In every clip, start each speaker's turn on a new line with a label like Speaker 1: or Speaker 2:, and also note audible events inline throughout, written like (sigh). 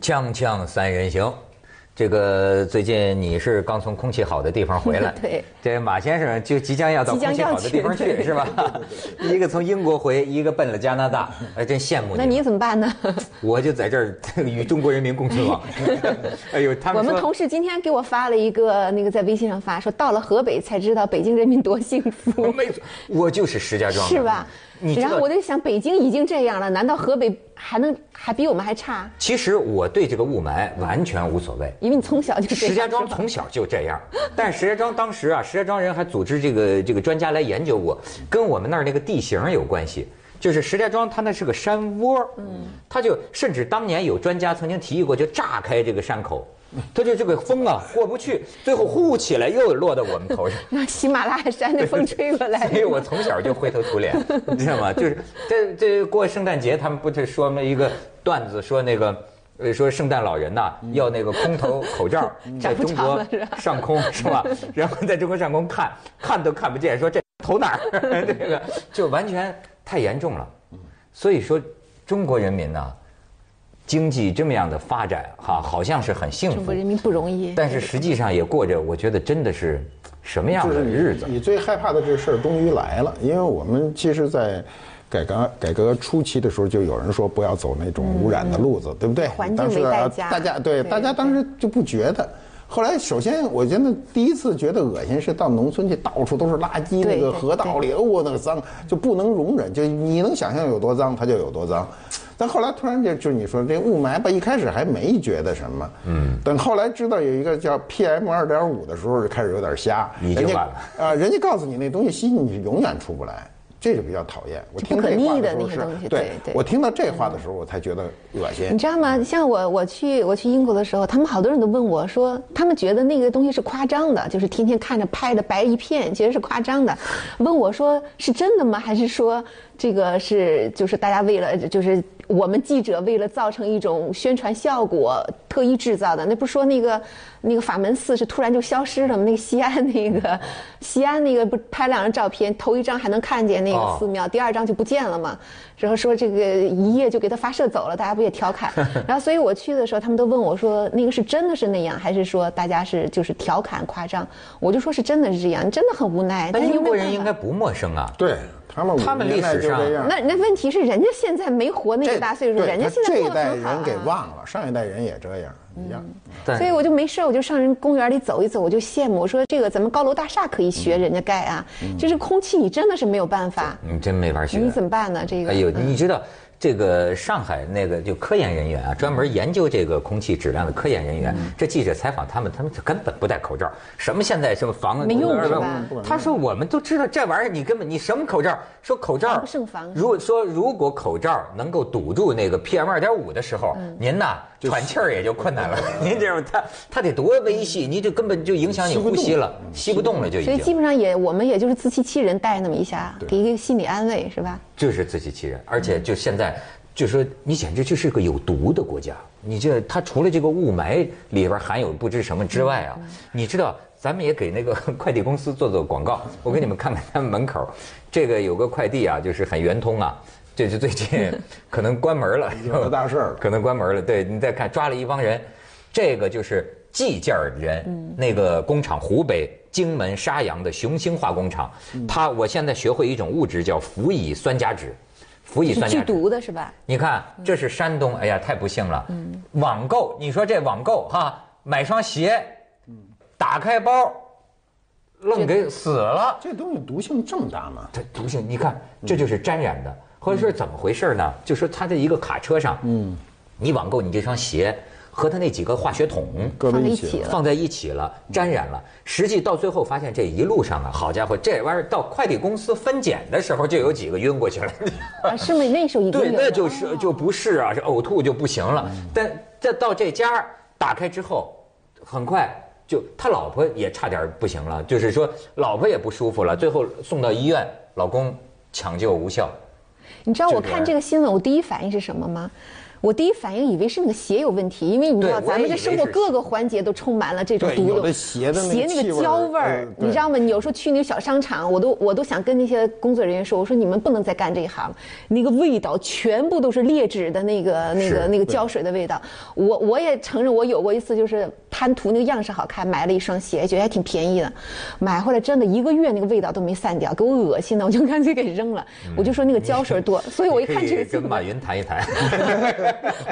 Speaker 1: 锵锵三人行，这个最近你是刚从空气好的地方回来，
Speaker 2: (laughs) 对，
Speaker 1: 这马先生就即将要到
Speaker 2: 即
Speaker 1: 空
Speaker 2: 将
Speaker 1: 气
Speaker 2: 要
Speaker 1: 好的地方
Speaker 2: 去
Speaker 1: 去，
Speaker 2: (laughs) 对
Speaker 1: 是吧？一个从英国回，一个奔了加拿大，哎，真羡慕
Speaker 2: 那
Speaker 1: 你
Speaker 2: 你
Speaker 1: 们。
Speaker 2: 怎么
Speaker 1: (laughs)
Speaker 2: 办呢？
Speaker 1: 我就在这儿 (laughs) 与中国人民共存
Speaker 2: (laughs)
Speaker 1: 亡。哎呦，他
Speaker 2: 我
Speaker 1: 们
Speaker 2: 们
Speaker 1: 说
Speaker 2: 同事今天给我发了一个那个在微信上发，说到了河北才知道北京人民多幸
Speaker 1: (laughs) 我
Speaker 2: 福，
Speaker 1: 没错，我就是石家庄的
Speaker 2: 是吧？
Speaker 1: 你知道
Speaker 2: 然后我就想，北京已经这样了，难道河北还能还比我们还差？
Speaker 1: 其实我对这个雾霾完全无所谓。
Speaker 2: 因为你从小就这
Speaker 1: 石
Speaker 2: 样。
Speaker 1: 家庄
Speaker 2: 是吧
Speaker 1: 从小就这样，但是石家庄当时啊，石家庄人还组织这个这个专家来研究过，跟我们那儿那个地形有关系。就是石家庄，它那是个山窝，嗯，它就甚至当年有专家曾经提议过，就炸开这个山口，它就这个风啊过不去，最后呼起来又落到我们头上。
Speaker 2: 让喜马拉雅山的风吹过来
Speaker 1: 所，以我从小就灰头土
Speaker 2: (laughs)
Speaker 1: 脸，你知道吗？就是这这过圣诞节，他们不是说那一个段子，说那个。呃，说圣诞老人呐、要那个空
Speaker 2: (laughs)
Speaker 1: 头口罩，在
Speaker 2: 长不
Speaker 1: 中
Speaker 2: 嗯长
Speaker 1: 国
Speaker 2: 了是吧
Speaker 1: 上空是
Speaker 2: (laughs)
Speaker 1: 吧？然后在中国上空看看都看不见，说这头哪儿？ (laughs) 这个就完全太严重了。
Speaker 2: 嗯
Speaker 1: 所以说，中国人民呢、经济这么样的发展哈、好像是很幸
Speaker 2: 中
Speaker 1: 福
Speaker 2: 国，人民不容易。
Speaker 1: 但是实际上也过着我觉得真的是什么样
Speaker 3: 就
Speaker 1: 的
Speaker 3: 是
Speaker 1: 日子？
Speaker 3: 你最害怕的这事儿终于来了，因为我们其实，在改革改革初期的时候，就有人说不要走那种污染的路子，对不对？
Speaker 2: 嗯环境
Speaker 3: 当时
Speaker 2: 为代
Speaker 3: 啊
Speaker 2: 价
Speaker 3: 大家对
Speaker 2: 对
Speaker 3: 大家当时就不觉得。后来，首先我觉得第一次觉得恶心是到农村去，到处都是垃圾，
Speaker 2: 对
Speaker 3: 那个
Speaker 2: 对
Speaker 3: 河道里，哦，那个脏就不能容忍，就你能想象有多脏，它就有多脏。但后来突然就就你说这雾霾吧，一开始还没觉得什么，嗯，等后来知道有一个叫 PM 二点五的时候，就开始有点瞎，
Speaker 1: 你就
Speaker 3: 人家
Speaker 1: 完了
Speaker 3: 啊、人家告诉你那东西吸进去永远出不来，这就比较讨厌。我
Speaker 2: 就
Speaker 3: 听
Speaker 2: 不可
Speaker 3: 这话
Speaker 2: 逆
Speaker 3: 的
Speaker 2: 的
Speaker 3: 时候
Speaker 2: 那些东
Speaker 3: 是
Speaker 2: 西
Speaker 3: 对
Speaker 2: 对对
Speaker 3: 我听到这话的时候，我才觉得恶心
Speaker 2: 你。知道吗？像我我去我去英国的时候，他们好多人都问我说，他们觉得那个东西是夸张的，就是天天看着拍的白一片，觉得是夸张的，问我说是真的吗？还是说这个是就是大家为了就是我们记者为了造成一种宣传效果特意制造的？那不是说那个那个法门寺是突然就消失了吗？那个西安那个西安那个不拍两张照片，头一张还能看见那
Speaker 1: 哦
Speaker 2: 个寺庙。秒，第二张就不见了嘛。然后说这个一夜就给他发射走了，大家不也调侃？然后所以我去的时候，他们都问我说那个是真的是那样，还是说大家是就是调侃夸张？我就说是真的是这样，真的很无奈。
Speaker 1: 但
Speaker 2: 但是又
Speaker 1: 英
Speaker 2: 没有
Speaker 1: 国人应
Speaker 2: 办
Speaker 1: 该
Speaker 2: 法。
Speaker 1: 不陌生啊。
Speaker 3: 对他们，
Speaker 1: 他们历史
Speaker 3: 就
Speaker 1: 上
Speaker 3: 这样。
Speaker 2: 那那问题是，人家现在没活那
Speaker 3: 这
Speaker 2: 个大岁数，
Speaker 3: 对
Speaker 2: 人家
Speaker 3: 他
Speaker 2: 现在
Speaker 3: 这
Speaker 2: 过
Speaker 3: 一
Speaker 2: 得
Speaker 3: 代
Speaker 2: 很好、啊。嗯
Speaker 3: 人给忘了，上一代人也这样一样。
Speaker 1: 但
Speaker 2: 所以我就没事儿，我就上人公园里走一走，我就羡慕，我说这个咱们高楼大厦可以学人家盖啊，就是空气你真的是没有办法，
Speaker 1: 你真没法学。
Speaker 2: 你怎么办呢？这
Speaker 1: 嗯
Speaker 2: 个嗯
Speaker 1: 哎呦，你知道这个上海那个就科研人员啊，专
Speaker 2: 嗯
Speaker 1: 门研究这个空气质量的科研人员，这记者采访他们，他们就根本不戴口罩，什么现在什么防
Speaker 2: 没用
Speaker 1: 什么
Speaker 2: 是吧
Speaker 1: 什么他说我们都知道这玩意儿，你根本你什么口罩？说口罩
Speaker 2: 防啊不胜防
Speaker 1: 如果说如果口罩能够堵住那个 PM 二点五的时候，
Speaker 2: 嗯
Speaker 1: 您呐喘气儿也就困 (laughs) 难了。您这样他他得多微细，你这根本就影响你呼吸了，吸不动了嗯就已
Speaker 2: 所以
Speaker 1: 经。
Speaker 2: 基本上也，我们也就是自欺欺人，带那么一下，给一个心理安慰，是吧？
Speaker 1: 就是自欺欺人，而且就现在，就说你简直就是个有毒的国家。你这它除了这个雾霾里边含有不知什么之外啊，你知道咱们也给那个快递公司做做广告。我给你们看看他们门口，这个有个快递啊，就是很圆通啊，这是最近可能关门了，
Speaker 3: 有的大事儿了
Speaker 1: 可能关门了。对你再看，抓了一帮人，这个就是计件儿人，
Speaker 2: 嗯
Speaker 1: 那个工厂湖北荆门沙洋的雄兴化工厂，它我现在学会一种物质叫氟乙酸甲酯，氟乙酸
Speaker 2: 剧
Speaker 1: 甲酯。
Speaker 2: 毒的是吧？
Speaker 1: 你看，这是山东，哎呀，太不幸了。
Speaker 2: 嗯
Speaker 1: 网购，你说这网购哈，买双鞋，
Speaker 2: 嗯
Speaker 1: 打开包，愣给死了。
Speaker 3: 这东西毒性这么大吗？
Speaker 1: 它毒性，你看这就是沾染的。后来说怎么回事呢？就说他在一个卡车上，嗯，你网购你这双鞋和他那几个化学桶
Speaker 3: 搁在
Speaker 2: 放在
Speaker 3: 一
Speaker 2: 一
Speaker 3: 起
Speaker 2: 起
Speaker 3: 了
Speaker 2: 了。
Speaker 1: 放在一起了，沾染了。实际到最后发现这一路上啊，好家伙，这玩意儿到快递公司分拣的时候就有几个晕过去了。
Speaker 2: 啊，是吗？那时候已经有
Speaker 1: 对，
Speaker 2: 了嗯
Speaker 1: 那就是就不是啊，是呕吐就不行了。但这到这家儿打开之后，很快就他老婆也差点不行了，就是说老婆也不舒服了，最后送到医院，老公抢救无效。
Speaker 2: 你知道我
Speaker 1: 这个
Speaker 2: 看这个新闻，我第一反应是什么吗？我第一反应以为是那个鞋有问题，因为你知道
Speaker 1: 对
Speaker 2: 咱们
Speaker 1: 我也以
Speaker 2: 这
Speaker 1: 为
Speaker 2: 生活
Speaker 1: 是
Speaker 2: 各个环节都充满了这种
Speaker 3: 对
Speaker 2: 毒
Speaker 3: 有
Speaker 2: 的
Speaker 3: 的鞋的那个
Speaker 2: 鞋那
Speaker 3: 气
Speaker 2: 个
Speaker 3: 味儿
Speaker 2: 焦味
Speaker 3: 呃
Speaker 2: 儿，
Speaker 3: 对
Speaker 2: 你知道吗？你有时候去那个小商场，我都我都想跟那些工作人员说，我说你们不能再干这一行了，那个味道全部都是劣质的那个那个
Speaker 1: 是
Speaker 2: 那个胶水的味道。我我也承认，我有过一次就是贪图那个样式好看，买了一双鞋，觉得还挺便宜的，买回来真的一个月那个味道都没散掉，给我恶心的，我就干脆给扔了。我就说那个胶水多，所以我一看这
Speaker 1: 可
Speaker 2: 个
Speaker 1: 以
Speaker 2: 字
Speaker 1: 跟马云谈一
Speaker 2: (laughs)
Speaker 1: 谈，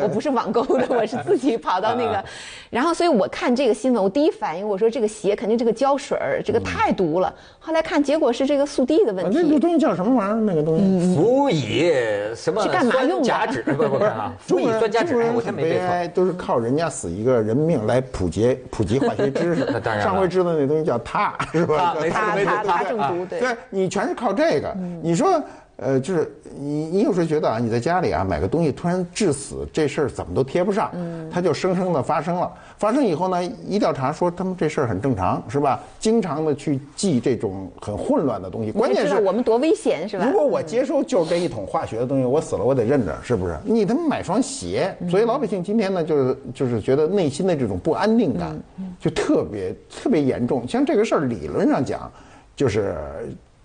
Speaker 2: 我不是网购的，我是自己跑到那个
Speaker 1: 啊，
Speaker 2: 然后所以我看这个新闻，我第一反应我说这个鞋肯定这个胶水儿
Speaker 3: 嗯
Speaker 2: 这个太毒了，后来看结果是这个速递的问
Speaker 3: 啊那个
Speaker 2: 题，
Speaker 3: 东西叫什么玩意儿？那个东西。
Speaker 2: 嗯
Speaker 1: 辅以什么
Speaker 2: 是干嘛
Speaker 1: 酸
Speaker 2: 用的
Speaker 1: 甲酯？不不不啊，辅以酸甲酯，哎我真
Speaker 3: 很
Speaker 1: 没
Speaker 3: 悲
Speaker 1: 背错。
Speaker 3: 哀，都是靠人家死一个人命来普及普及化学知识。
Speaker 1: (laughs) 那当然了
Speaker 3: 上回知道那东西叫铊，是吧？
Speaker 1: 铊没错
Speaker 3: 叫
Speaker 2: 它
Speaker 1: 没错
Speaker 2: 它
Speaker 1: 对
Speaker 2: 它
Speaker 1: 对
Speaker 2: 中毒对。
Speaker 3: 啊
Speaker 2: 嗯
Speaker 3: 对你全是靠这个。你说，呃，就是你，你有时候觉得啊，你在家里啊买个东西突然致死，这事儿怎么都贴不上，
Speaker 2: 嗯
Speaker 3: 它就生生的发生了。发生以后呢，一调查说他们这事儿很正常，是吧？经常的去记这种很混乱的东西，关
Speaker 2: 你
Speaker 3: 键
Speaker 2: 知
Speaker 3: 是
Speaker 2: 道我们多危险是吧
Speaker 3: 如？果我接收就是这一桶化学的东西，我死了我得认着，是不是？你他妈买双鞋，
Speaker 2: 嗯
Speaker 3: 所以老百姓今天呢，就是就是觉得内心的这种不安定感，
Speaker 2: 嗯
Speaker 3: 就特别特别严重。像这个事儿，理论上讲，就是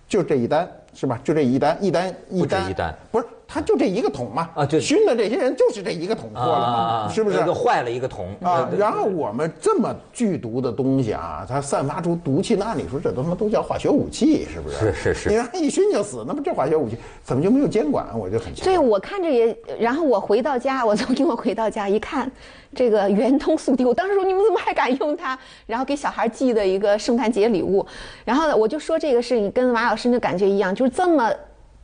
Speaker 3: 就这一单是吧？就这一单，一单一
Speaker 1: 不止
Speaker 3: 单
Speaker 1: 一单，
Speaker 3: 不是他就这一个桶嘛？
Speaker 1: 啊对
Speaker 3: 熏的这些人就是这一个桶破了嘛，是不是
Speaker 1: 啊那？个坏了一个桶
Speaker 3: 啊，然后我们这么剧毒的东西啊，它散发出毒气，那按理说这他妈都叫化学武器，是不是？
Speaker 1: 是是是
Speaker 3: 你让一熏就死，那不这化学武器怎么就没有监管？我就很奇怪。
Speaker 2: 对，我看着也，然后我回到家，我从因为我回到家一看，这个圆通速递，我当时说你们怎么还敢用它？然后给小孩寄的一个圣诞节礼物，然后呢我就说这个事情跟马老师的感觉一样，就是这么。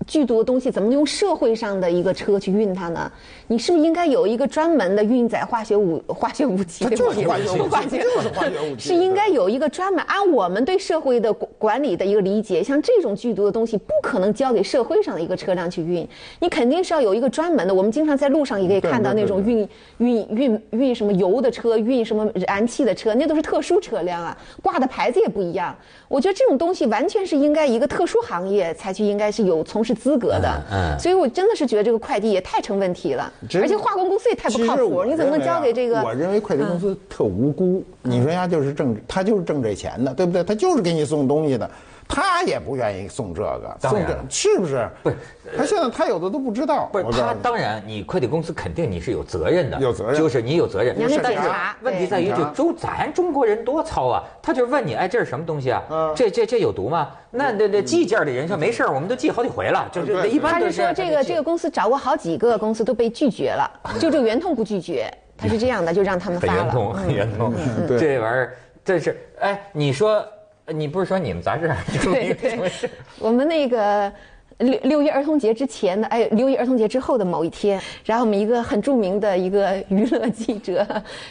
Speaker 2: 剧毒的东西怎么用社会上的一个车去运它呢？你是不是应该有一个专门的运载化学武化学武器
Speaker 3: 它
Speaker 2: 的？
Speaker 3: 就是化学武器
Speaker 2: 化学
Speaker 3: 就是化学武器
Speaker 2: (laughs) 是应该有一个专门按我们对社会的管管理的一个理解，像这种剧毒的东西不可能交给社会上的一个车辆去运，你肯定是要有一个专门的。我们经常在路上也可以
Speaker 3: 嗯对
Speaker 2: 看到那
Speaker 3: 对对
Speaker 2: 种
Speaker 3: 对
Speaker 2: 运运运运什么油的车，运什么燃气的车，那都是特殊车辆啊，挂的牌子也不一样。我觉得这种东西完全是应该一个特殊行业才去，应该是有从事资格的。
Speaker 1: 嗯嗯
Speaker 2: 所以我真的是觉得这个快递也太成问题了，
Speaker 3: 真
Speaker 2: 而且化工公司也太不
Speaker 3: 其
Speaker 2: 靠
Speaker 3: 实
Speaker 2: 谱，
Speaker 3: 我
Speaker 2: 你怎么能
Speaker 3: 认为啊
Speaker 2: 交给这个？嗯
Speaker 3: 我认为快递公司特无辜。你说人家就是挣，他就是挣这钱的，对不对？他就是给你送东西的，他也不愿意送这个，
Speaker 1: 当
Speaker 3: 送
Speaker 1: 然
Speaker 3: 这
Speaker 1: 了
Speaker 3: 是不是？不是，他现在他有的都不知道。
Speaker 1: 不是
Speaker 3: 我告诉
Speaker 1: 他，
Speaker 3: 你
Speaker 1: 当然，你快递公司肯定你是有责任的，
Speaker 3: 有责任
Speaker 1: 就是你有责任。
Speaker 2: 你要去
Speaker 1: 但
Speaker 2: 检
Speaker 1: 是
Speaker 2: 查
Speaker 1: 问题
Speaker 2: 对
Speaker 1: 在于，就周咱中国人多糙啊，他就问你，哎，这是什么东西啊？
Speaker 3: 嗯
Speaker 1: 这这这有毒吗？那那那寄件的人说没事儿我们都寄好几回了，就就
Speaker 3: 对
Speaker 1: 一般
Speaker 2: 他
Speaker 1: 都
Speaker 2: 是
Speaker 1: 是样
Speaker 2: 说这个这个公司找过好几个公司都被拒绝
Speaker 1: (laughs)
Speaker 2: 了，就这个圆通不拒绝，他是这样的，就让他们
Speaker 1: 很
Speaker 2: 发
Speaker 1: 圆
Speaker 2: 了。嗯
Speaker 1: 通，很圆通。
Speaker 3: 嗯对
Speaker 1: 这玩意儿，这是哎，你说你不是说你们杂志
Speaker 2: (laughs)
Speaker 1: 还出了一
Speaker 2: 对
Speaker 1: 个什么事？
Speaker 2: 我们那个六六一儿童节之前的，哎，六一儿童节之后的某一天，然后我们一个很著名的一个娱乐记者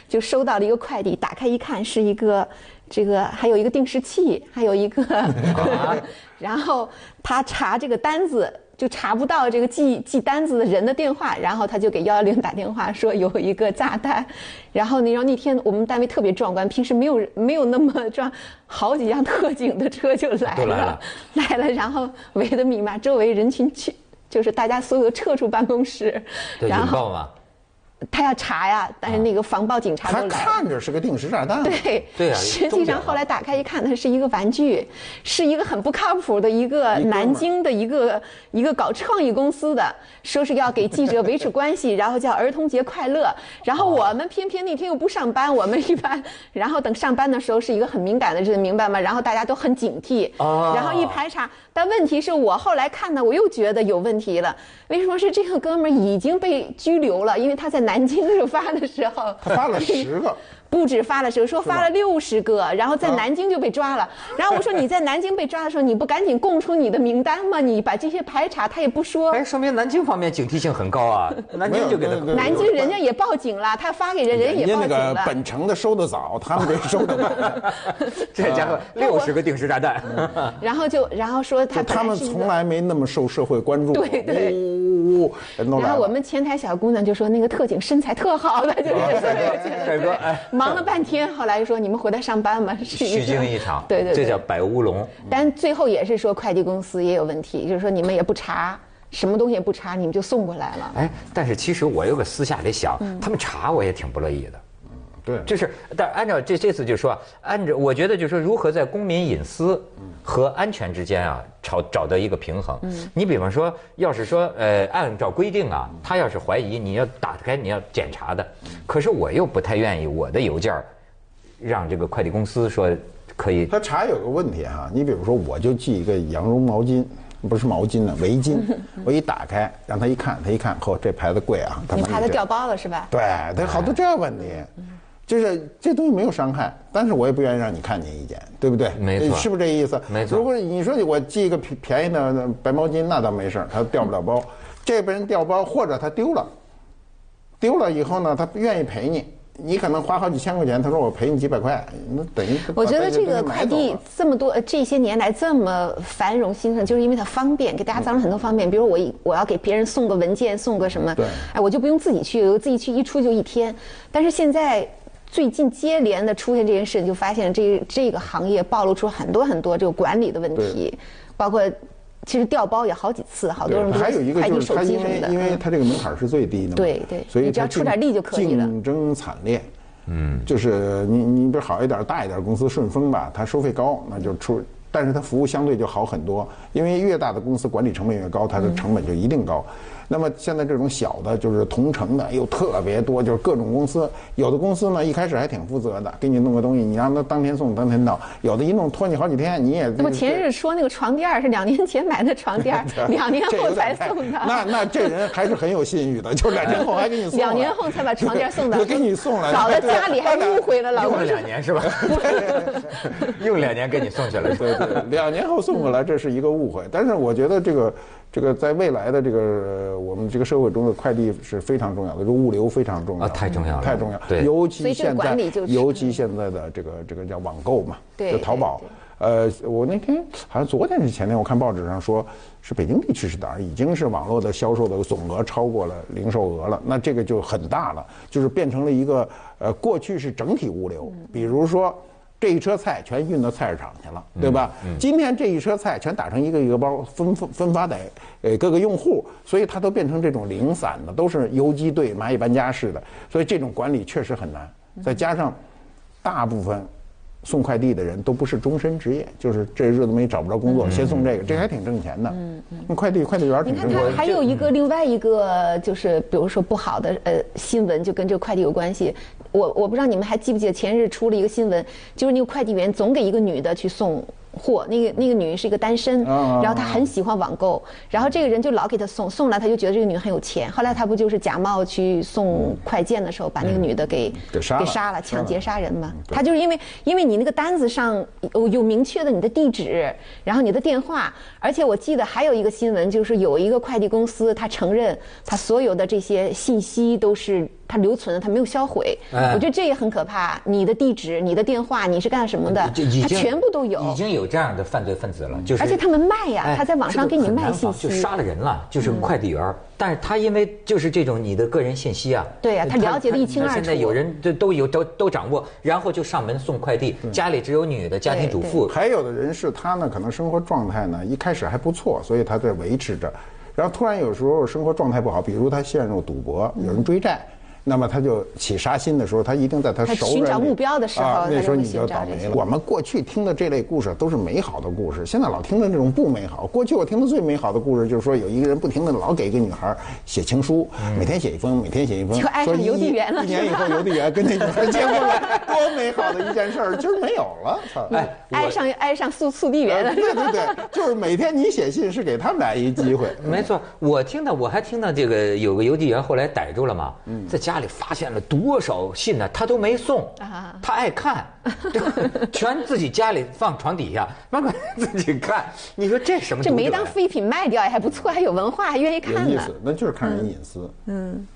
Speaker 2: 就收到了一个快递，打开一看是一个这个还有一个定时器，还有一个，
Speaker 1: 啊
Speaker 2: (laughs) 然后他查这个单子。就查不到这个寄寄单子的人的电话，然后他就给幺幺零打电话说有一个炸弹，然后那然后那天我们单位特别壮观，平时没有人没有那么壮，好几辆特警的车就来
Speaker 1: 都来了
Speaker 2: 了， (laughs) 来了，然后围得密麻，周围人群去，就是大家所有撤出办公室，
Speaker 1: 对，
Speaker 2: 然
Speaker 1: 引
Speaker 2: 后
Speaker 1: 爆啊嘛。
Speaker 2: 他要查呀，但是那个防暴警察
Speaker 3: 他
Speaker 2: 都来了。
Speaker 3: 看着是个定时炸弹，
Speaker 2: 对，
Speaker 1: 对啊
Speaker 2: 实际
Speaker 1: 重点
Speaker 2: 上
Speaker 1: 了
Speaker 2: 后来打开一看，它是一个玩具，是一个很不靠谱的一个
Speaker 3: 一哥们儿
Speaker 2: 南京的一个一个搞创意公司的，说是要给记者维持关系，然后叫儿童节快乐。然后
Speaker 1: 哦
Speaker 2: 我们偏偏那天又不上班，我们一般，然后等上班的时候是一个很敏感的日子，明白吗？然后大家都很警惕，
Speaker 1: 哦
Speaker 2: 然后一排查。但问题是我后来看呢，我又觉得有问题了。为什么是这个哥们儿已经被拘留了？因为他在南京 (laughs) 时候发的时候，
Speaker 3: 他发了十
Speaker 2: (laughs)
Speaker 3: 个。
Speaker 2: 不止发了十个，说发了六十个，然后在
Speaker 3: 啊
Speaker 2: 南京就被抓了。然后我说你在南京被抓的时候，你不赶紧供出你的名单吗？你把这些排查，他也不说。
Speaker 1: 哎，说明南京方面警惕性很高啊，南京就给他
Speaker 3: (laughs) 没有对对对
Speaker 2: 南京人家也报警了，他发给人，人也
Speaker 3: 家
Speaker 2: 报
Speaker 3: 那
Speaker 2: 警
Speaker 3: 个
Speaker 2: 了。
Speaker 3: 本城的收的早，他们这收的晚，
Speaker 1: (laughs) 这家伙六十个定时炸弹。
Speaker 2: 嗯然后就然后说 (laughs) 他
Speaker 3: 就
Speaker 2: 本
Speaker 3: 他
Speaker 2: 来
Speaker 3: 们
Speaker 2: 是一
Speaker 3: 从
Speaker 2: 个。
Speaker 3: 来没那么受社会关注。
Speaker 2: 对对
Speaker 3: 呜呜呜，人都来了。
Speaker 2: 然后我们前台小姑娘就说那个特警身材特好 (laughs) 的，就是
Speaker 3: 啊
Speaker 1: 帅哥哎
Speaker 2: 忙了半天，后来就说你们回来上班吧，
Speaker 1: (laughs)
Speaker 2: 是
Speaker 1: 虚惊一场，
Speaker 2: 对对，对嗯
Speaker 1: 这叫百乌龙。
Speaker 2: 但最后也是说快递公司也有问题，就是说你们也不查，什么东西也不查，你们就送过来了。
Speaker 1: 哎，但是其实我有个私下里想，
Speaker 2: 嗯
Speaker 1: 他们查我也挺不乐意的。
Speaker 3: 对，
Speaker 1: 就是，但按照这这次就说啊，按照我觉得就是说，如何在公民隐私和安全之间啊，找找到一个平衡。
Speaker 2: 嗯
Speaker 1: 你比方说，要是说呃，按照规定啊，他要是怀疑，你要打开，你要检查的。可是我又不太愿意我的邮件儿让这个快递公司说可
Speaker 3: (laughs)
Speaker 1: 以
Speaker 3: 他查有个问题哈、你比如说，我就寄一个羊绒毛巾，不是毛巾呢，围
Speaker 2: (laughs)
Speaker 3: 巾，我一打开，让他一看，他一看，嚯，这牌子贵啊，他
Speaker 2: 你
Speaker 3: 妈
Speaker 2: 怕他
Speaker 3: 这
Speaker 2: 掉包了是吧？
Speaker 3: 对，他好
Speaker 2: 嗯
Speaker 3: 多这问题，就是这东西没有伤害，但是我也不愿意让你看见一点，对不对？
Speaker 1: 没错
Speaker 3: 是不是这意思？
Speaker 1: 没错
Speaker 3: 如果你说我寄一个便便宜的白毛巾，那倒没事儿，他掉不了包。这被人掉包，或者他丢了，丢了以后呢，他愿意赔你。你可能花好几千块钱，他说我赔你几百块，那等于
Speaker 2: 我觉得
Speaker 3: 把
Speaker 2: 这
Speaker 3: 东
Speaker 2: 个
Speaker 3: 西买
Speaker 2: 快
Speaker 3: 走了
Speaker 2: 递这么多，呃这些年来这么繁荣兴盛，就是因为它方便，给大家造成很多方便。比如我一我要给别人送个文件，送个什么
Speaker 3: 嗯对，
Speaker 2: 哎，我就不用自己去，我自己去一出就一天。但是现在最近接连的出现这件事，你就发现这这个行业暴露出很多很多这个管理的问题，包括其实调包也好几次，好多人
Speaker 3: 对，
Speaker 2: 都
Speaker 3: 还有一个
Speaker 2: 快
Speaker 3: 就
Speaker 2: 递
Speaker 3: 是
Speaker 2: 手
Speaker 3: 它
Speaker 2: 机
Speaker 3: 因
Speaker 2: 什
Speaker 3: 为
Speaker 2: 么的。
Speaker 3: 因
Speaker 2: 嗯
Speaker 3: 为它这个门槛是最低的嘛，
Speaker 2: 对对
Speaker 3: 所以
Speaker 2: 你只要
Speaker 3: 它
Speaker 2: 出
Speaker 3: 竞
Speaker 2: 点力就可以了
Speaker 3: 竞争惨烈，嗯，就是你你比如好一点大一点公司顺丰吧，它收费高，那就出。但是它服务相对就好很多，因为越大的公司管理成本越高，它
Speaker 2: 嗯
Speaker 3: 的成本就一定高。那么现在这种小的，就是同城的，又特别多，就是各种公司。有的公司呢，一开始还挺负责的，给你弄个东西，你让他当天送当天到；有的一弄拖你好几天，你也，
Speaker 2: 那么前日说那个床垫儿是两年前买的床垫儿
Speaker 3: (laughs)
Speaker 2: 两年
Speaker 3: 这
Speaker 2: 后
Speaker 3: 有
Speaker 2: 才
Speaker 3: 点太
Speaker 2: 送的。
Speaker 3: 那那这人还是很有信誉的，就是两年后还给你送来。
Speaker 2: 两年后才把床垫送
Speaker 3: (laughs)
Speaker 2: 到，
Speaker 3: 就给你送来了
Speaker 2: 搞得家里还误会了，老
Speaker 1: 用
Speaker 2: 公
Speaker 1: 了
Speaker 2: 说
Speaker 1: 两年是吧？ (laughs) 用两年给你送去了。
Speaker 3: (laughs) 对对，两年后送过来，这是一个误会。但是我觉得这个这个在未来的这个呃我们这个社会中的快递是非常重要的，这个物流非常重要，
Speaker 1: 啊太重要了
Speaker 3: 太重要。
Speaker 1: 对
Speaker 3: 尤
Speaker 2: 所以
Speaker 3: 其
Speaker 2: 这个
Speaker 3: 现在
Speaker 2: 管理，就是嗯
Speaker 3: 尤其现在的这个这个叫网购嘛，
Speaker 2: 对
Speaker 3: 就淘宝
Speaker 2: 对对。
Speaker 3: 呃，我那天好像昨天还是前天，我看报纸上说，是北京地区是哪儿已经是网络的销售的总额超过了零售额了，那这个就很大了，就是变成了一个呃，过去是整体物流，比如说。这一车菜全运到菜市场去了，对吧？今天这一车菜全打成一个一个包，分分分发给呃各个用户，所以它都变成这种零散的，都是游击队、蚂蚁搬家式的，所以这种管理确实很难。再加上大部分送快递的人都不是终身职业，就是这日子没找不着工作，先送这个，这还挺挣钱的。嗯，快递快递员儿
Speaker 2: 嗯你
Speaker 3: 挺
Speaker 2: 看
Speaker 3: 挣钱
Speaker 2: 他
Speaker 3: 的。
Speaker 2: 还有一个另外一个就是，比如说不好的呃新闻，就跟这个快递有关系。我我不知道你们还记不记得前日出了一个新闻，就是那个快递员总给一个女的去送。货那个那个女是一个单身，
Speaker 3: 啊
Speaker 2: 然后她很喜欢网购，然后这个人就老给她送，送来她就觉得这个女很有钱。后来她不就是假冒去送快件的时候，把那个女的给
Speaker 3: 嗯给杀了
Speaker 2: 给杀了，
Speaker 3: 杀了
Speaker 2: 抢劫杀人嘛。他就是因为因为你那个单子上有有明确的你的地址，然后你的电话，而且我记得还有一个新闻，就是有一个快递公司，他承认他所有的这些信息都是他留存的，他没有销毁。
Speaker 1: 哎
Speaker 2: 我觉得这也很可怕，你的地址、你的电话、你是干什么的
Speaker 1: 这已，
Speaker 2: 他
Speaker 1: 经
Speaker 2: 全部都
Speaker 1: 已
Speaker 2: 有，
Speaker 1: 经有这样的犯罪分子了，就是
Speaker 2: 而且他们卖呀
Speaker 1: 哎，
Speaker 2: 他在网上给你
Speaker 1: 这个很
Speaker 2: 卖
Speaker 1: 难
Speaker 2: 信
Speaker 1: 防
Speaker 2: 息嗯
Speaker 1: 就。杀了人了，就是快递员儿。但是他因为就是这种你的个人信息啊，
Speaker 2: 对呀他了解得一清二
Speaker 1: 他
Speaker 2: 楚
Speaker 1: 现在有人都都有都都掌握，然后就上门送快递，
Speaker 2: 嗯
Speaker 1: 家里只有女的家庭主妇，
Speaker 3: 还有的人是他呢，可能生活状态呢一开始还不错，所以他在维持着，然后突然有时候生活状态不好，比如他陷入赌博，有人追债。那么他就起杀心的时候，他一定在他
Speaker 2: 他
Speaker 3: 熟人
Speaker 2: 寻找
Speaker 3: 里
Speaker 2: 目标的时候
Speaker 3: 啊
Speaker 2: 他
Speaker 3: 那
Speaker 2: 就
Speaker 3: 时候
Speaker 2: 会
Speaker 3: 你
Speaker 2: 寻
Speaker 3: 就
Speaker 2: 找
Speaker 3: 倒
Speaker 2: 这
Speaker 3: 霉
Speaker 2: 些
Speaker 3: 了。我们过去听的这类故事都是美好的故事，现在老听着这种不美好。过去我听的最美好的故事就是说，有一个人不停的老给一个女孩写情书，每天写一封，每天写一
Speaker 2: 嗯
Speaker 3: 封，
Speaker 2: 就爱
Speaker 3: 说
Speaker 2: 上邮
Speaker 3: 一
Speaker 2: 递员了
Speaker 3: 一年以后，邮递员跟那女孩结婚了，多美好的一件事儿，今儿没有了，操！
Speaker 1: 哎，我
Speaker 2: 嗯爱上爱上速速递员
Speaker 3: 呃
Speaker 2: 了，
Speaker 3: 对对对，就是每天你写信是给他们俩一机会。嗯
Speaker 1: 没错，我听到我还听到这个有个邮递员后来逮住了嘛，
Speaker 2: 嗯
Speaker 1: 在家里发现了多少信呢、他都没送
Speaker 2: 啊，
Speaker 1: 他爱
Speaker 2: (laughs)
Speaker 1: 看，全自己家里放床底下，慢慢自己看。你说这什么？啊
Speaker 2: 这没当废品卖掉也还不错，还有文化，还愿意
Speaker 3: 有
Speaker 2: 看
Speaker 3: 意
Speaker 2: 呢
Speaker 3: 思。，那就是看人隐私。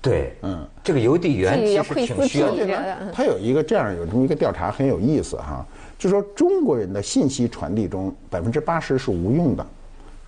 Speaker 1: 对，
Speaker 3: 嗯
Speaker 1: 这个邮递员
Speaker 2: 自己
Speaker 1: 其
Speaker 2: 要
Speaker 1: 实
Speaker 2: 窥
Speaker 1: 挺
Speaker 2: 私
Speaker 1: 需要
Speaker 2: 癖
Speaker 3: 这
Speaker 2: 觉
Speaker 3: 边
Speaker 2: 得
Speaker 3: 他有一个这样有这么一个调查很有意思哈，就说中国人的信息传递中百分之八十是无用的，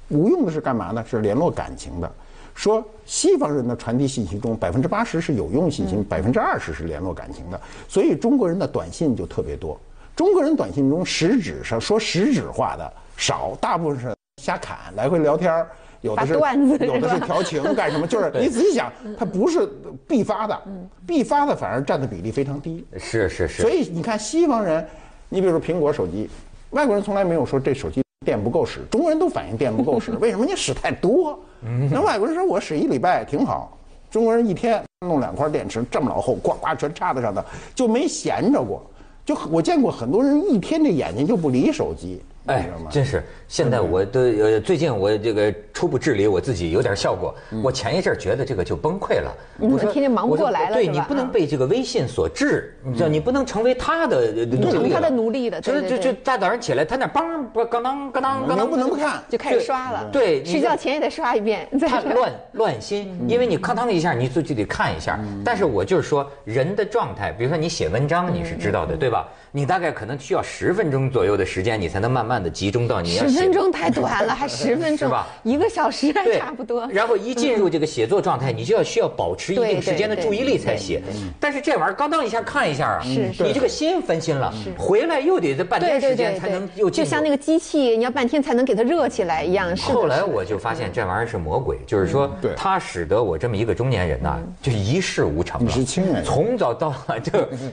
Speaker 3: 无用的是干嘛呢？是联络感情的。说西方人的传递信息中百分之八十是有用信息，
Speaker 2: 嗯
Speaker 3: 百分之二十是联络感情的，所以中国人的短信就特别多。中国人短信中实质上说实质化的少，大部分是瞎侃来回聊天儿。有的是
Speaker 2: 把段子是吧
Speaker 3: 有的是调情干什
Speaker 1: (laughs)
Speaker 3: 么，就是你仔细想，
Speaker 1: 嗯
Speaker 3: 它不是必发的，必发的反而占的比例非常低。
Speaker 1: 是是嗯是，
Speaker 3: 所以你看西方人，你比如说苹果手机，外国人从来没有说这手机电不够使，中国人都反映电不
Speaker 1: (laughs)
Speaker 3: 够使，为什么？你使太多。
Speaker 1: 嗯
Speaker 3: 那外国人说我使一礼拜挺好，中国人一天弄两块电池这么老厚，呱呱全插在上头，就没闲着过。就我见过很多人一天这眼睛就不离手机，你
Speaker 1: 哎
Speaker 3: 知道吗，？
Speaker 1: 真是！现在我都
Speaker 2: 嗯
Speaker 1: 呃，最近我这个初步治理我自己有点效果。我前一阵儿觉得这个就崩溃了，
Speaker 2: 嗯
Speaker 1: 我说
Speaker 2: 天天忙不
Speaker 1: 我说
Speaker 2: 过来了
Speaker 1: 对
Speaker 2: 是吧嗯
Speaker 1: 你不能被这个微信所制，你知道，你不能成为他的呃奴
Speaker 2: 成
Speaker 1: 隶
Speaker 2: 为
Speaker 1: 了，
Speaker 2: 他的奴隶了对
Speaker 1: 就是
Speaker 2: 对
Speaker 1: 就
Speaker 2: 对
Speaker 1: 就大早上起来，他那梆不咯当咯当咯
Speaker 3: 能
Speaker 1: 当，
Speaker 3: 不能不看？
Speaker 2: 就开始刷了。
Speaker 1: 对你
Speaker 2: 睡觉前也得刷一遍，再
Speaker 1: 他
Speaker 2: 刷。
Speaker 1: 乱乱心，
Speaker 2: 嗯
Speaker 1: 因为你咔当的一下，你就就得看一下。但是我就是说，人的状态，比如说你写文章，你是知
Speaker 2: 嗯
Speaker 1: 道的，对吧？你大概可能需要十分钟左右的时间，你才能慢慢的集中到你要
Speaker 2: 十
Speaker 1: 写的
Speaker 2: 分钟太短了，还十
Speaker 1: (laughs)
Speaker 2: 分
Speaker 1: 是
Speaker 2: 钟
Speaker 1: 吧，
Speaker 2: 一个小时还
Speaker 1: 对，
Speaker 2: 差不多。嗯
Speaker 1: 然后一进入这个写作状态，你就要需要保持一
Speaker 2: 对
Speaker 1: 定时间的
Speaker 2: 对
Speaker 1: 注意力才写。但是这玩意儿刚当一下看一下啊，
Speaker 2: 是是
Speaker 1: 你这个心分心了，回来又得这半
Speaker 2: 对
Speaker 1: 天
Speaker 2: 对
Speaker 1: 时间
Speaker 2: 对
Speaker 1: 才能
Speaker 2: 对，
Speaker 1: 又进
Speaker 2: 就
Speaker 1: 入
Speaker 2: 像那个机器，你要半天才能给它热起来一样。是的
Speaker 1: 后来我就发现这玩意儿是魔鬼，就是说
Speaker 3: 嗯对，
Speaker 1: 它使得我这么一个中年人呐，
Speaker 2: 嗯
Speaker 1: 就一事无成了。
Speaker 3: 你是青年人
Speaker 1: 从早到晚就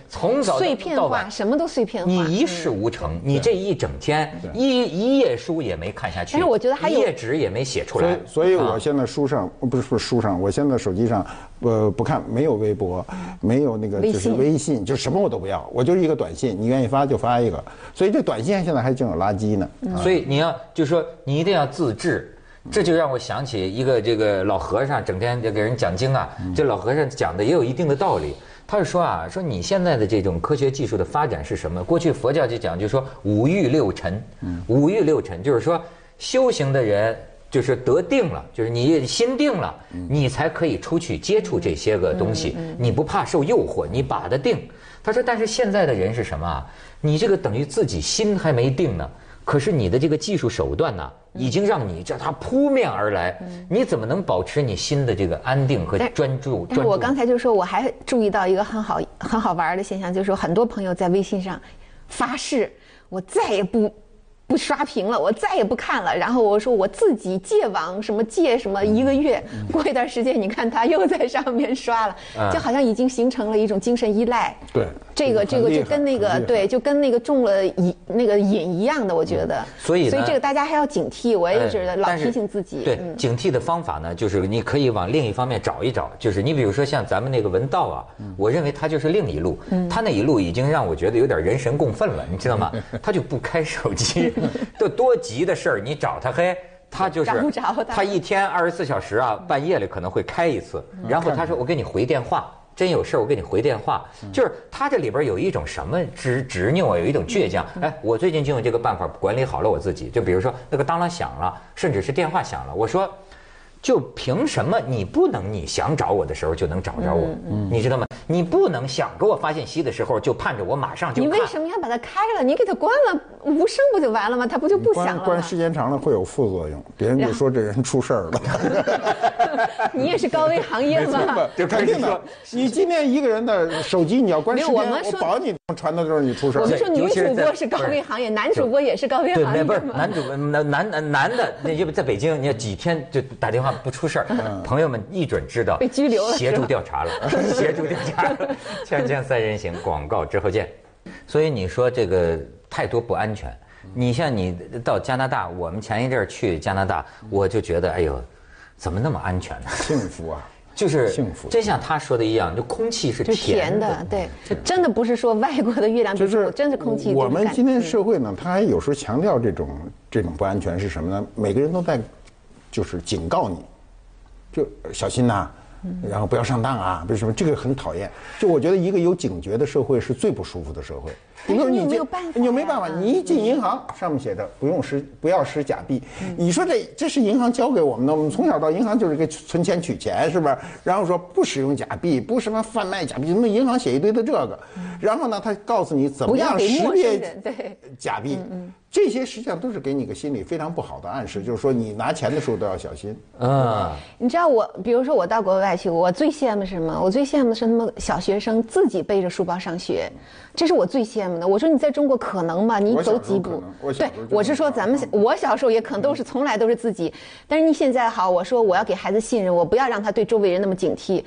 Speaker 1: 从早
Speaker 2: 碎片
Speaker 1: 到
Speaker 2: 化，
Speaker 1: 晚，
Speaker 2: 什么都碎片化。
Speaker 1: 你一事无成，你这一整天一一页书也没看下去，
Speaker 2: 但是我觉得还有
Speaker 1: 一页纸也没写出
Speaker 3: 所以
Speaker 1: 来，，
Speaker 3: 所以我现在书上不是不是书上，我现在手机上，呃，不看，没有微博，没有那个
Speaker 2: 微
Speaker 3: 就是
Speaker 2: 信
Speaker 3: 微信，就什么我都不要，我就是一个短信，你愿意发就发一个。所以这短信现在还净有垃圾呢。
Speaker 2: 嗯
Speaker 1: 所以你要就说你一定要自制。这就让我想起一个这个老和尚，整天就给人讲经啊。这老和尚讲的也有一定的道理。他是说啊，说你现在的这种科学技术的发展是什么？过去佛教就讲，就说五欲六尘。五欲六尘就是说，修行的人就是得定了，就是你心定了，你才可以出去接触这些个东西，你不怕受诱惑，你把得定。他说，但是现在的人是什么啊？你这个等于自己心还没定呢，可是你的这个技术手段呢、已经让你叫它扑面而来，你怎么能保持你心的这个安定和
Speaker 2: 嗯但
Speaker 1: 专注？
Speaker 2: 但是我
Speaker 1: 专
Speaker 2: 刚
Speaker 1: 注
Speaker 2: 才就说，我还注意到一个很好很好玩的现象，就是说很多朋友在微信上发誓，我再也不不刷屏了，我再也不看了。然后我说我自己戒网，什么戒什么一个月，
Speaker 1: 嗯
Speaker 2: 过一段时间，你看他又在上面刷了，
Speaker 1: 啊
Speaker 2: 就好像已经形成了一种精神依赖。
Speaker 3: 对
Speaker 2: 这个这
Speaker 3: 这个
Speaker 2: 个
Speaker 3: 很厉
Speaker 2: 就
Speaker 3: 害
Speaker 2: 跟那个
Speaker 3: 很厉害
Speaker 2: 对，就跟那个中了瘾那个瘾一样的，我觉得。
Speaker 1: 嗯所以呢
Speaker 2: 所以这个大家还要警惕，我也
Speaker 1: 哎
Speaker 2: 觉得老
Speaker 1: 但是
Speaker 2: 提醒自己。嗯
Speaker 1: 对，警惕的方法呢，就是你可以往另一方面找一找，就是你比如说像咱们那个文道啊，
Speaker 2: 嗯
Speaker 1: 我认为他就是另一路，他那一路已经让我觉得有点人神共愤了，你知道吗？他就不开手
Speaker 2: (laughs)
Speaker 1: 机，就多急的事儿你找他嘿。他就是
Speaker 2: 找不着他
Speaker 1: 他一天二十四小时啊，半夜里可能会开一次。
Speaker 2: 嗯
Speaker 1: 然后他说：“我给你回电话，真有事儿我给你回电话。”
Speaker 2: 嗯
Speaker 1: 就是他这里边有一种什么执执拗啊，有一种倔强。
Speaker 2: 嗯
Speaker 1: 哎，我最近就用这个办法管理好了我自己。就比如说那个当啷响了，甚至是电话响了，我说。就凭什么你不能你想找我的时候就能找着我？
Speaker 2: 嗯
Speaker 1: 你知道吗？你不能想给我发信息的时候就盼着我马上就
Speaker 2: 你
Speaker 1: 看。
Speaker 2: 为什么要把它开了？你给它关了，无声不就完了吗？它不就不响
Speaker 3: 关
Speaker 2: 了
Speaker 3: 关
Speaker 2: 吗？
Speaker 3: 时间长了会有副作用，别人就说这人出事儿 (laughs) 了。
Speaker 2: 你也是高危行业吗？
Speaker 3: 就肯定的，你今天一个人的手机你要关
Speaker 2: 没
Speaker 3: 时
Speaker 2: 有
Speaker 3: 间，
Speaker 2: 我们
Speaker 3: 我
Speaker 2: 说
Speaker 3: 保你传的就是你出事
Speaker 2: 我
Speaker 3: 儿
Speaker 2: 们
Speaker 3: 了。
Speaker 2: 说女
Speaker 1: 尤其是
Speaker 2: 主
Speaker 1: 在
Speaker 2: 播是高危行业，男主播也是高危
Speaker 1: 对，
Speaker 2: 行业
Speaker 1: 那不是
Speaker 2: 吗？
Speaker 1: 男主嗯男男男男的，那要不在北京，你要几天就打电话不出事儿， (laughs) 朋友们一准知道
Speaker 2: 嗯被拘留了
Speaker 1: 协助调查了， (laughs) 协助调查了。锵锵三人行，广告之后见。所以你说这个太多不安全，你像你到加拿大，我们前一阵儿去加拿大，我就觉得哎呦，怎么那么安全呢？
Speaker 3: 幸福啊！
Speaker 1: 就是
Speaker 3: 幸福
Speaker 1: 真像他说的一样，就空气是
Speaker 2: 就
Speaker 1: 甜
Speaker 2: 甜
Speaker 1: 的
Speaker 2: 的，，对，真的不是说外国的月亮
Speaker 3: 就
Speaker 2: 比
Speaker 3: 是
Speaker 2: 真是空气。
Speaker 3: 我
Speaker 2: 这种
Speaker 3: 们
Speaker 2: 感嗯
Speaker 3: 今天社会呢，它还有时候强调这种这种不安全是什么呢？每个人都在就是警告你，就小心呐、
Speaker 2: 嗯
Speaker 3: 然后不要上当啊！为什么这个很讨厌？就我觉得一个有警觉的社会是最不舒服的社会。比如说
Speaker 2: 哎你有
Speaker 3: 你
Speaker 2: 没
Speaker 3: 这
Speaker 2: 有办法呀
Speaker 3: 你就没办法，你一进银行，上面写着不用使不要使假币。
Speaker 2: 嗯
Speaker 3: 你说这这是银行教给我们的，我们从小到银行就是给存钱取钱，是不是？然后说不使用假币，不什么贩卖假币，那银行写一堆的这个。然后呢，他告诉你怎
Speaker 2: 嗯不
Speaker 3: 么
Speaker 2: 要
Speaker 3: 样
Speaker 2: 给
Speaker 3: 识
Speaker 2: 陌生
Speaker 3: 别
Speaker 2: 人对。嗯
Speaker 3: 假币，这些实际上都是给你个心理非常不好的暗示，就是说你拿钱的时候都要小心。
Speaker 1: 嗯，
Speaker 2: 你知道我，比如说我到国外去，我最羡慕什么？我最羡慕是他们小学生自己背着书包上学，这是我最羡羡慕的。我说你在中国可能吗？你
Speaker 3: 我
Speaker 2: 走
Speaker 3: 小时候
Speaker 2: 几步
Speaker 3: 可能我？小
Speaker 2: 对
Speaker 3: 时候，就
Speaker 2: 我是
Speaker 3: 能嗯
Speaker 2: 说
Speaker 3: 想
Speaker 2: 咱们
Speaker 3: 象
Speaker 2: 我小时候也可能都是从来都是自己，但是你现在好，我说我要给孩子信任，我不要让他对周围人那么警惕。
Speaker 3: 嗯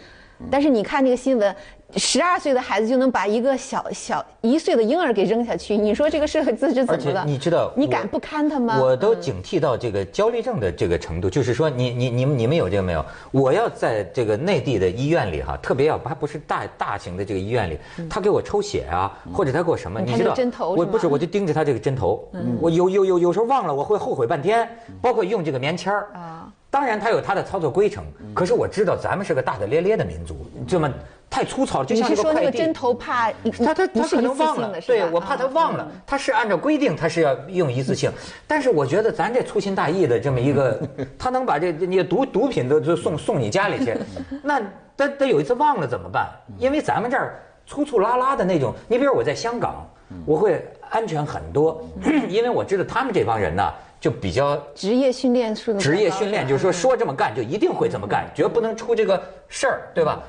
Speaker 2: 但是你看这个新闻，十二岁的孩子就能把一个小小一岁的婴儿给扔下去，你说这个社会自制
Speaker 1: 而
Speaker 2: 怎么
Speaker 1: 且
Speaker 2: 了？
Speaker 1: 你知道
Speaker 2: 你
Speaker 1: 我
Speaker 2: 敢不堪他吗？嗯
Speaker 1: 我都警惕到这个焦虑症的这个程度，就是说你，你你你们你们有这个没有？我要在这个内地的医院里哈，特别要还不是大大型的这个医院里，
Speaker 2: 嗯
Speaker 1: 他给我抽血啊，或者他给我什么，
Speaker 2: 你
Speaker 1: 你
Speaker 2: 看
Speaker 1: 知
Speaker 2: 这
Speaker 1: 道？
Speaker 2: 嗯针头
Speaker 1: 我
Speaker 2: 是吗嗯
Speaker 1: 不是，我就盯着他这个针头，嗯我有有有有时候忘了，我会后悔半天，包括用这个棉签儿
Speaker 2: 啊。嗯
Speaker 1: 当然，它有它的操作规程，可是我知道咱们是个大大咧咧的民族，这么太粗糙了，就
Speaker 2: 你
Speaker 1: 像
Speaker 2: 是
Speaker 1: 这
Speaker 2: 说那
Speaker 1: 快
Speaker 2: 个
Speaker 1: 递。
Speaker 2: 针头怕一
Speaker 1: 他他
Speaker 2: 不
Speaker 1: 他
Speaker 2: 是
Speaker 1: 可
Speaker 2: 一
Speaker 1: 能
Speaker 2: 次
Speaker 1: 忘
Speaker 2: 性
Speaker 1: 了
Speaker 2: 的，是吧？
Speaker 1: 对我怕他
Speaker 2: 啊
Speaker 1: 忘了，他是按照规定他是要用一次性，但是我觉得咱这粗心大意的这么一
Speaker 2: (laughs)
Speaker 1: 个，他能把这你毒毒品都都送送你家里
Speaker 2: (laughs)
Speaker 1: 去，那他他有一次忘了怎么办？
Speaker 2: 嗯
Speaker 1: 因为咱们这儿粗粗拉拉的那种，你比如我在香港，
Speaker 2: 嗯
Speaker 1: 我会安全很多， (clears throat) 因为我知道他们这帮人呢就比较
Speaker 2: 职业训练是
Speaker 1: 职业训练，就是说说这么干就一定会这么干，绝不能出这个事儿，对吧？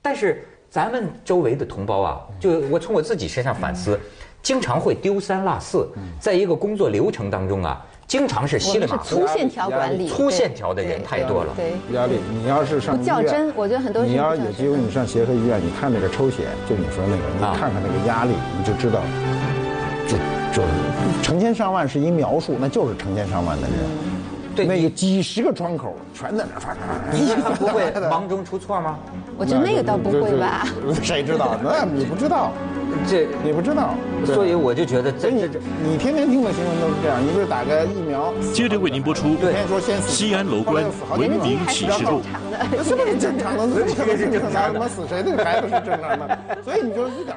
Speaker 1: 但是咱们周围的同胞啊，就我从我自己身上反思，经常会丢三落四，在一个工作流程当中啊，经常是
Speaker 2: 我
Speaker 1: 稀里
Speaker 2: 们
Speaker 1: 马
Speaker 2: 是
Speaker 1: 虎。
Speaker 2: 粗线条管理，
Speaker 1: 粗
Speaker 2: 对
Speaker 1: 线条的人
Speaker 2: 对
Speaker 1: 太多了
Speaker 2: 对，
Speaker 3: 压力，你要是上
Speaker 2: 不
Speaker 3: 医
Speaker 2: 较
Speaker 3: 院，
Speaker 2: 真我觉得很多人
Speaker 3: 你
Speaker 2: 不
Speaker 3: 要
Speaker 2: 较
Speaker 3: 有
Speaker 2: 真
Speaker 3: 机会，你上协和医院，你看那个抽血，就你说那个，
Speaker 1: 啊
Speaker 3: 你看看那个压力，你就知道，就就成千上万是一描述，那就是成千上万的人。
Speaker 1: 对
Speaker 3: 那
Speaker 1: 你
Speaker 3: 个几十个窗口全在那儿发，
Speaker 1: 你们不会忙中出错吗？
Speaker 2: 我觉得那个倒不会吧。
Speaker 3: 就？就谁知道？那你不知道，
Speaker 1: (laughs) 这，
Speaker 3: 你不知道。对
Speaker 1: 所以我就觉得
Speaker 3: 所
Speaker 1: 这
Speaker 3: 以你
Speaker 1: 这这。
Speaker 3: 你天天听的新闻都是这样，你不是打个疫苗？
Speaker 4: 接着为您播出
Speaker 3: 每天说先死
Speaker 4: 西安楼观文
Speaker 2: 人家
Speaker 4: 明
Speaker 2: 还是
Speaker 4: 启
Speaker 2: 比较
Speaker 4: 示录
Speaker 2: 正。常的。
Speaker 3: (laughs) 这是不是正常的？这是正常的，怎么死谁对孩子是正常的？所以你就一点。